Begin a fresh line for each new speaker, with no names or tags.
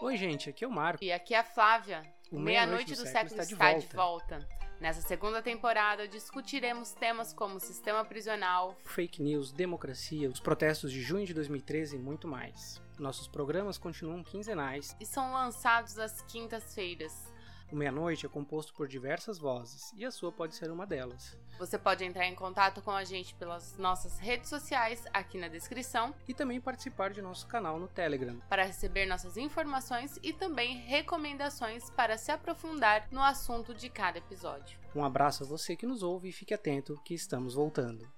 Oi, gente, aqui é o Marco.
E aqui é a Flávia.
O
Meia-noite do século, está, de, volta. Nessa segunda temporada, discutiremos temas como sistema prisional,
Fake news, democracia, os protestos de junho de 2013 e muito mais. Nossos programas continuam quinzenais.
e são lançados às quintas-feiras.
O Meia-Noite é composto por diversas vozes e a sua pode ser uma delas.
Você pode entrar em contato com a gente pelas nossas redes sociais aqui na descrição
E também participar de nosso canal no Telegram.
para receber nossas informações e também recomendações para se aprofundar no assunto de cada episódio.
Um abraço a você que nos ouve e fique atento que estamos voltando.